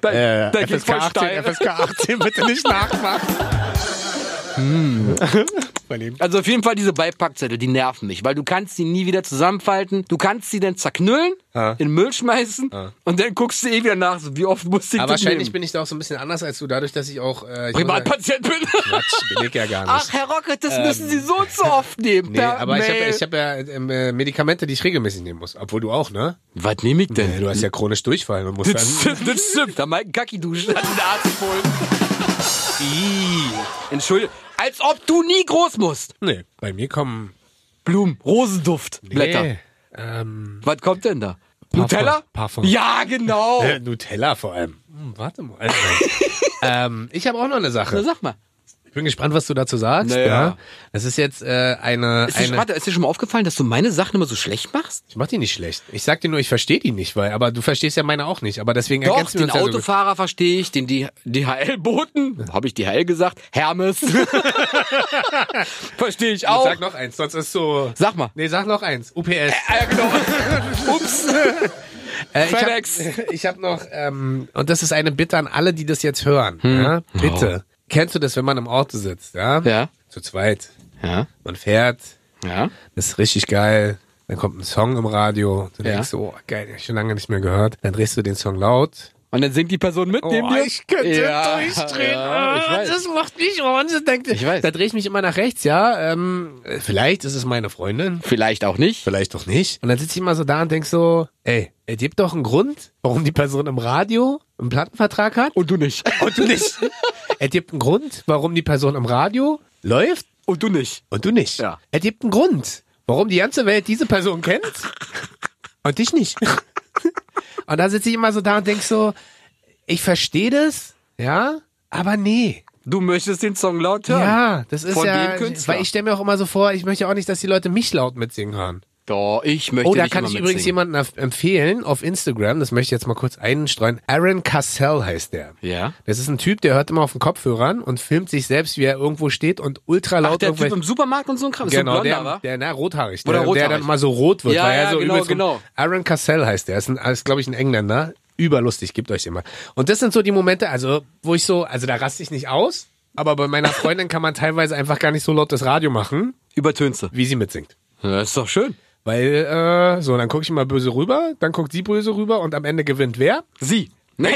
S2: da,
S1: Äh,
S2: da geht's
S1: FSK
S2: voll
S1: 18,
S2: steil.
S1: FSK 18, bitte nicht nachmachen. Hm. Überleben.
S2: Also auf jeden Fall diese Beipackzettel, die nerven mich, weil du kannst sie nie wieder zusammenfalten. Du kannst sie dann zerknüllen,
S1: Ja.
S2: in den Müll schmeißen und dann guckst du eh wieder nach, so, wie oft musst du
S1: Ah. Aber wahrscheinlich bin ich da auch so ein bisschen anders als du, dadurch, dass ich auch... Äh, ich muss
S2: Privatpatient bin.
S1: ja- Quatsch, bin ich ja gar nicht.
S2: Ach, Herr Rocket, das müssen Sie so und so oft nehmen.
S1: Nee, aber ich habe ja, ich hab ja ähm, äh, Medikamente, die ich regelmäßig nehmen muss. Obwohl du auch, ne?
S2: Was nehme ich
S1: Ja,
S2: denn?
S1: Du hast ja chronisch Durchfall. Man muss dann,
S2: Das stimmt, das stimmt. Da mein Kacki duschen hat den Arzt empfohlen. Ih, Entschuldigung. Als ob du nie groß musst.
S1: nee, bei mir kommen...
S2: Blumen, Rosenduft, Blätter.
S1: Nee, ähm,
S2: Was kommt denn da?
S1: Parfum,
S2: Nutella?
S1: Parfum.
S2: Ja, genau.
S1: äh, Nutella vor allem. Hm, warte mal. (laughs) Also, ähm, ich habe auch noch eine Sache.
S2: Na, sag mal.
S1: Ich bin gespannt, was du dazu sagst.
S2: Naja.
S1: Ja. Das ist jetzt äh, eine.
S2: Ist dir,
S1: eine
S2: warte, ist dir schon mal aufgefallen, dass du meine Sachen immer so schlecht machst?
S1: ich mach die nicht schlecht. Ich sag dir nur, ich verstehe die nicht, weil, aber du verstehst ja meine auch nicht. Aber deswegen
S2: Doch,
S1: ergänzen wir
S2: den
S1: uns ja genau so gut.
S2: Autofahrer verstehe ich, den D- DHL-Boten, habe ich DHL gesagt, Hermes. (laughs) verstehe ich
S1: Und
S2: auch.
S1: Sag noch eins, sonst ist so.
S2: Sag mal.
S1: Nee, sag noch eins. UPS.
S2: Ah, ja, genau. Ups.
S1: (laughs) Äh, ich
S2: FedEx.
S1: hab- (laughs) ich habe hab noch, ähm, und das ist eine Bitte an alle, die das jetzt hören.
S2: Hm.
S1: Ja? Bitte. Kennst du das, wenn man im Auto sitzt, ja?
S2: Oh. Ja.
S1: Zu zweit.
S2: Ja,
S1: Man fährt,
S2: ja.
S1: das ist richtig geil. Dann kommt ein Song im Radio. Du
S2: Ja.
S1: denkst so, oh, geil, den hab ich schon lange nicht mehr gehört. Dann drehst du den Song laut.
S2: Und dann singt die Person
S1: Oh,
S2: mit neben dir. Ja, ich weiß.
S1: Ah, macht mich wahnsinnig. Denkt,
S2: Ich weiß.
S1: Da drehe ich mich immer nach rechts, ja. Ähm, vielleicht ist es meine Freundin,
S2: Vielleicht auch nicht.
S1: vielleicht doch nicht. Und dann sitze ich immer so da und denk so, ey, es gibt doch einen Grund, warum die Person im Radio einen Plattenvertrag hat
S2: Und du nicht.
S1: und du nicht. es gibt einen Grund, warum die Person im Radio läuft
S2: Und du nicht.
S1: und du nicht.
S2: Ja.
S1: Es gibt einen Grund, warum die ganze Welt diese Person kennt
S2: (laughs)
S1: und dich nicht. Und da sitze ich immer so da und denk so, ich verstehe das, ja, aber nee.
S2: Du möchtest den Song laut hören.
S1: Ja, das ist
S2: Von
S1: ja,
S2: dem Künstler.
S1: weil ich stelle mir auch immer so vor, ich möchte auch nicht, dass die Leute mich laut mitsingen hören.
S2: Doch, ich möchte
S1: Oh, da
S2: nicht
S1: kann
S2: immer
S1: ich übrigens
S2: mitsingen.
S1: jemanden auf- empfehlen auf Instagram, das möchte ich jetzt mal kurz einstreuen. Aaron Cassell heißt der.
S2: Ja.
S1: Das ist ein Typ, der hört immer auf den Kopfhörern und filmt sich selbst, wie er irgendwo steht und ultra laut
S2: Ach, der Typ
S1: irgendwelche-
S2: im Supermarkt und so ein Kram. Ist so
S1: Genau,
S2: ein Blonder,
S1: der,
S2: wa?
S1: der, na, rothaarig.
S2: Oder
S1: Der, der
S2: rothaarig.
S1: dann mal so rot wird.
S2: Ja,
S1: weil er
S2: ja,
S1: so
S2: genau,
S1: übelst rum-
S2: genau.
S1: Aaron Cassell heißt der. Ist, ein- ist glaube ich, ein Engländer. Überlustig, gibt euch immer. Und das sind so die Momente, also, wo ich so, also da raste ich nicht aus, aber bei meiner Freundin kann man teilweise einfach gar nicht so laut das Radio machen,
S2: Übertönst du.
S1: wie sie mitsingt.
S2: Ja, ist doch schön.
S1: Weil, äh, so, dann gucke ich mal böse rüber, dann guckt sie böse rüber und am Ende gewinnt wer?
S2: Sie. Naja.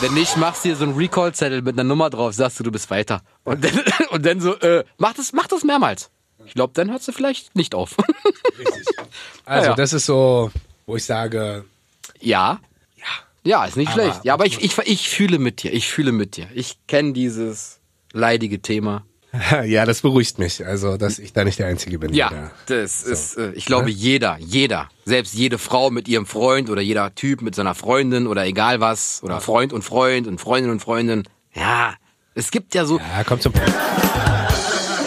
S2: Wenn nicht, machst du dir so einen Recall-Zettel mit einer Nummer drauf, sagst du, du bist weiter. Und dann, (laughs) und dann so, äh, mach das, mach das mehrmals. Ich glaube, dann hört sie vielleicht nicht auf.
S1: (laughs)
S2: (laughs)
S1: Also,
S2: Ja.
S1: das ist so, wo ich sage,
S2: ja. Ja, ist nicht
S1: Aber-
S2: schlecht. Ja, aber ich, ich, ich fühle mit dir. Ich fühle mit dir. Ich kenne dieses leidige Thema.
S1: ja, (laughs) das beruhigt mich. Also, dass ich da nicht der Einzige bin.
S2: Ja,
S1: der-
S2: das ist, äh, ich glaube, jeder, jeder, selbst jede Frau mit ihrem Freund oder jeder Typ mit seiner Freundin oder egal was, oder Freund und Freund und Freundin und Freundin. Ja, es gibt ja so.
S1: Ja, Ah, komm zum Punkt.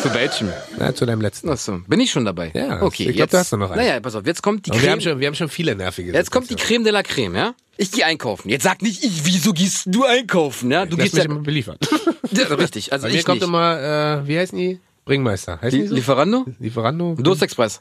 S2: Zu welchem?
S1: Na, zu deinem letzten.
S2: Achso, bin ich schon dabei?
S1: Ja,
S2: okay.
S1: ich glaub,
S2: jetzt,
S1: da hast du noch einen.
S2: Naja, pass auf, jetzt kommt die
S1: Aber wir, haben
S2: Creme.
S1: schon, wir haben schon viele nervige
S2: Jetzt kommt die
S1: Situationen.
S2: Creme de la Creme, ja? Ich gehe einkaufen. Jetzt sag nicht ich, wieso gehst du einkaufen, ja? Du
S1: Lass
S2: gehst
S1: mich
S2: ja,
S1: immer
S2: (laughs)
S1: beliefern.
S2: ja. Richtig, also
S1: Bei
S2: ich
S1: mir kommt
S2: nicht.
S1: immer, äh, wie heißen die? Bringmeister. Heißen die,
S2: Die-
S1: so?
S2: Lieferando?
S1: Lieferando?
S2: Durstexpress.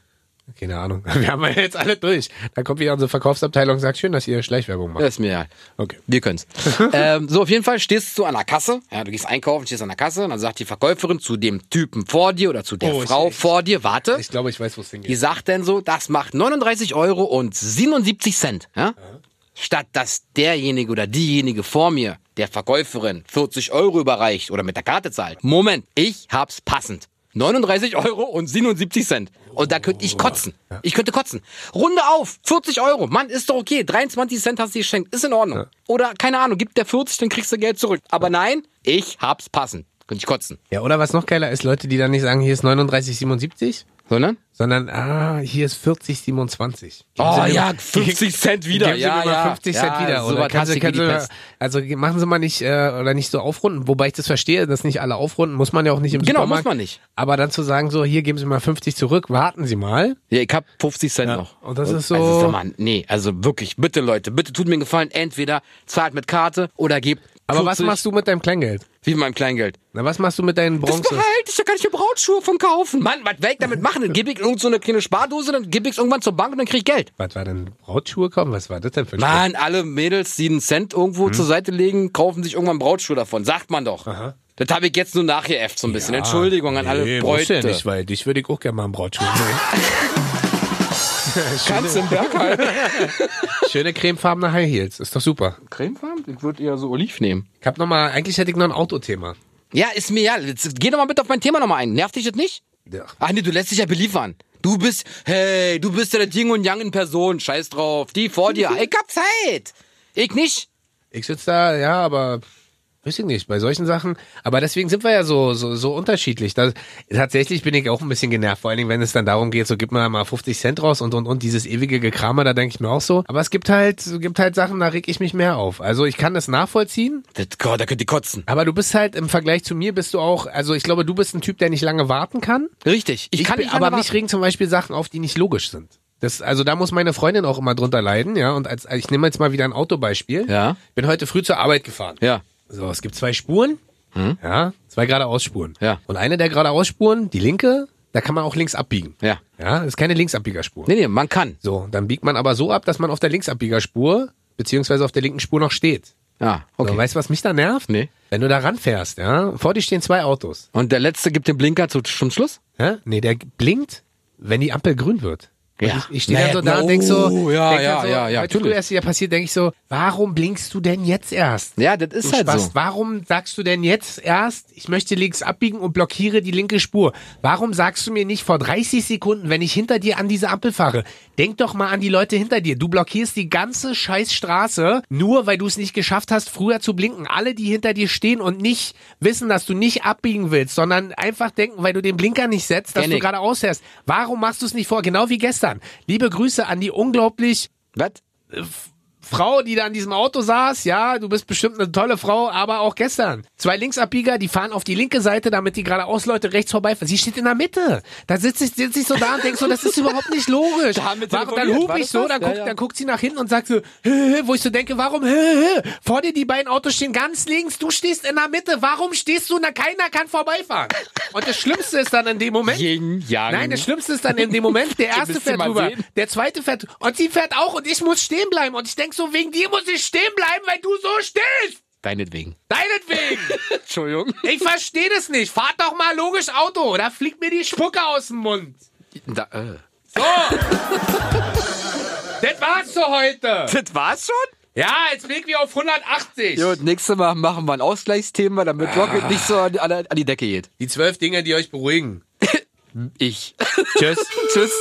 S1: Keine Ahnung. (laughs) Wir haben ja jetzt alle durch. Dann kommt wieder unsere Verkaufsabteilung und sagt, schön, dass ihr Schleichwerbung macht.
S2: Das ist mir egal.
S1: Okay. (laughs)
S2: Wir können's. ähm, so, auf jeden Fall stehst du an der Kasse. Ja, du gehst einkaufen, stehst an der Kasse und dann sagt die Verkäuferin zu dem Typen vor dir oder zu der
S1: Oh, ich-
S2: Frau
S1: ich-
S2: vor dir, warte.
S1: Ich glaube, ich weiß, wo es hingeht.
S2: Die sagt dann so, das macht 39 Euro und 77 Cent. Ja? Statt dass derjenige oder diejenige vor mir, der Verkäuferin, 40 Euro überreicht oder mit der Karte zahlt. Moment, ich hab's passend. 39 Euro und 77 Cent. Und da könnte ich kotzen. Ich könnte kotzen. Runde auf, 40 Euro. Mann, ist doch okay. 23 Cent hast du geschenkt. Ist in Ordnung. Oder, keine Ahnung, gib der 40, dann kriegst du Geld zurück. Aber nein, ich hab's passend. Könnte ich kotzen.
S1: Ja, oder was noch geiler ist, Leute, die dann nicht sagen, hier ist 39,77,
S2: Sondern?
S1: sondern, ah, hier ist 40,27.
S2: Oh
S1: Geben Sie mir
S2: ja,
S1: mal-
S2: 50 Cent wieder.
S1: Geben Sie
S2: ja,
S1: mir mal
S2: ja.
S1: 50
S2: ja,
S1: Cent wieder.
S2: so
S1: Oder
S2: was
S1: kannst
S2: hasse
S1: du,
S2: ich
S1: kannst
S2: wie die
S1: du,
S2: Pest.
S1: also machen Sie mal nicht äh, oder nicht so aufrunden, wobei ich das verstehe, dass nicht alle aufrunden, muss man ja auch nicht im
S2: Genau, muss
S1: Supermarkt.
S2: man nicht.
S1: Aber dann zu sagen, so hier geben Sie mal 50 zurück, warten Sie mal.
S2: Ja, ich hab 50 Cent
S1: Ja,
S2: noch.
S1: und Oh, das ist so-
S2: Also, sag mal, nee, also wirklich, bitte Leute, bitte tut mir einen Gefallen, entweder zahlt mit Karte oder gebt.
S1: Aber was
S2: 40
S1: machst du mit deinem Kleingeld?
S2: Wie mit meinem Kleingeld.
S1: Na, was machst du mit deinen
S2: Das
S1: Bronze?
S2: behalt ich, da kann ich mir Brautschuhe von kaufen. Mann, was werd ich damit machen? Dann gebe ich irgend so eine kleine Spardose, dann gebe ich irgendwann zur Bank und dann krieg ich Geld.
S1: Was war denn Brautschuhe kommen? Was war das denn für ein Spaß?
S2: Mann, alle Mädels, die einen Cent irgendwo zur Seite legen, kaufen sich irgendwann Brautschuhe davon. Sagt man doch. Das habe ich jetzt nur nachgeäfft so ein bisschen. Entschuldigung an alle
S1: nee, musst du
S2: Bräute.
S1: ja nicht, weil dich würde ich auch gerne mal einen Brautschuh
S2: (laughs)
S1: nehmen.
S2: Kannst im Berg halt. halten.
S1: Schöne cremefarbene High Heels, ist doch super.
S2: Cremefarben? Ich würde eher so Oliv nehmen.
S1: Ich hab noch mal, eigentlich hätte ich noch ein Autothema.
S2: Ja, ist mir ja. Jetzt geh doch mal bitte auf mein Thema nochmal ein. Nervt dich das nicht?
S1: Ja.
S2: Ach nee, du lässt dich ja beliefern. Du bist, hey, du bist ja der Ding und Yang in Person. Scheiß drauf. Die vor (laughs) dir. Ich hab Zeit. Ich nicht.
S1: Ich sitze da, ja, aber weiß ich nicht, bei solchen Sachen. Aber deswegen sind wir ja so, so, so unterschiedlich. Das, tatsächlich bin ich auch ein bisschen genervt, vor allen Dingen, wenn es dann darum geht, so gib mir mal 50 Cent raus und und und dieses ewige Gekramer, da denke ich mir auch so. Aber es gibt halt, gibt halt Sachen, da reg ich mich mehr auf. Also ich kann das nachvollziehen,
S2: Das, Gott, da könnt ihr kotzen.
S1: aber du bist halt im Vergleich zu mir bist du auch, also ich glaube, du bist ein Typ, der nicht lange warten kann.
S2: Richtig. Ich, kann
S1: bin-
S2: nicht lange
S1: aber
S2: warten.
S1: mich regen zum Beispiel Sachen auf, die nicht logisch sind. Das, also da muss meine Freundin auch immer drunter leiden, ja. Und als ich nehme jetzt mal wieder ein Autobeispiel.
S2: Ja.
S1: Bin heute früh zur Arbeit gefahren.
S2: Ja.
S1: So, es gibt zwei Spuren. Ja, zwei geradeausspuren.
S2: Hm? Ja.
S1: Und eine der geradeausspuren, die linke, da kann man auch links abbiegen.
S2: Ja.
S1: Ja, ist keine Linksabbiegerspur.
S2: Nee, nee, man kann.
S1: So, dann biegt man aber so ab, dass man auf der Linksabbiegerspur beziehungsweise auf der linken Spur noch steht.
S2: Ja, okay.
S1: So, weißt du, was mich da nervt?
S2: Nee.
S1: Wenn du da ranfährst, ja, vor dir stehen zwei Autos.
S2: und der Letzte gibt den Blinker zu, zum Schluss?
S1: Ja? Nee, der blinkt, wenn die Ampel grün wird.
S2: Ja.
S1: Ich stehe dann
S2: Naja,
S1: so da
S2: na,
S1: und denk so,
S2: oh, ja,
S1: denk dann
S2: ja,
S1: so,
S2: ja, ja,
S1: heute früh
S2: natürlich.
S1: erst wieder passiert, denke ich so, warum blinkst du denn jetzt erst?
S2: Ja, das ist
S1: Du
S2: halt
S1: Spast,
S2: so.
S1: Warum sagst du denn jetzt erst, ich möchte links abbiegen und blockiere die linke Spur? Warum sagst du mir nicht vor 30 Sekunden, wenn ich hinter dir an diese Ampel fahre? Denk doch mal an die Leute hinter dir. Du blockierst die ganze Scheißstraße, nur weil du es nicht geschafft hast, früher zu blinken. Alle, die hinter dir stehen und nicht wissen, dass du nicht abbiegen willst, sondern einfach denken, weil du den Blinker nicht setzt, dass
S2: Kenn
S1: du
S2: ich.
S1: gerade aushörst. Warum machst du es nicht vor? Genau wie gestern. Liebe Grüße an die unglaublich
S2: Was?
S1: Frau, die da an diesem Auto saß, ja, du bist bestimmt eine tolle Frau, aber auch gestern. Zwei Linksabbieger, die fahren auf die linke Seite, damit die geradeaus Leute rechts vorbeifahren. Sie steht in der Mitte. Da sitze ich, sitz ich so da und denk so, das ist überhaupt nicht logisch.
S2: Da haben wir
S1: Warum, dann
S2: telefoniert,
S1: hub
S2: war
S1: ich
S2: das
S1: so,
S2: das?
S1: dann,
S2: Ja,
S1: guckt,
S2: ja.
S1: dann guckt sie nach hinten und sagt so, hä, hä, wo ich so denke, warum, hä, hä, vor dir die beiden Autos stehen ganz links, du stehst in der Mitte, warum stehst du, na keiner kann vorbeifahren. Und das Schlimmste ist dann in dem Moment,
S2: Yin, Yang.
S1: Nein, das Schlimmste ist dann in dem Moment,
S2: (laughs)
S1: der erste
S2: Willst du
S1: fährt
S2: mal
S1: drüber,
S2: sehen?
S1: der zweite fährt und sie fährt auch und ich muss stehen bleiben und ich denk so, wegen dir muss ich stehen bleiben, weil du so stehst.
S2: Deinetwegen.
S1: Deinetwegen.
S2: (laughs) Entschuldigung.
S1: Ich verstehe das nicht. Fahrt doch mal logisch Auto oder fliegt mir die Spucke aus dem Mund.
S2: Da, äh. (laughs)
S1: Das war's für heute.
S2: Das war's schon?
S1: Ja, jetzt blicken wir auf 180.
S2: Gut, nächstes Mal machen wir ein Ausgleichsthema, damit Rocket nicht so an, an, an die Decke geht.
S1: Die zwölf Dinge, die euch beruhigen.
S2: Ich.
S1: Tschüss.
S2: Tschüss.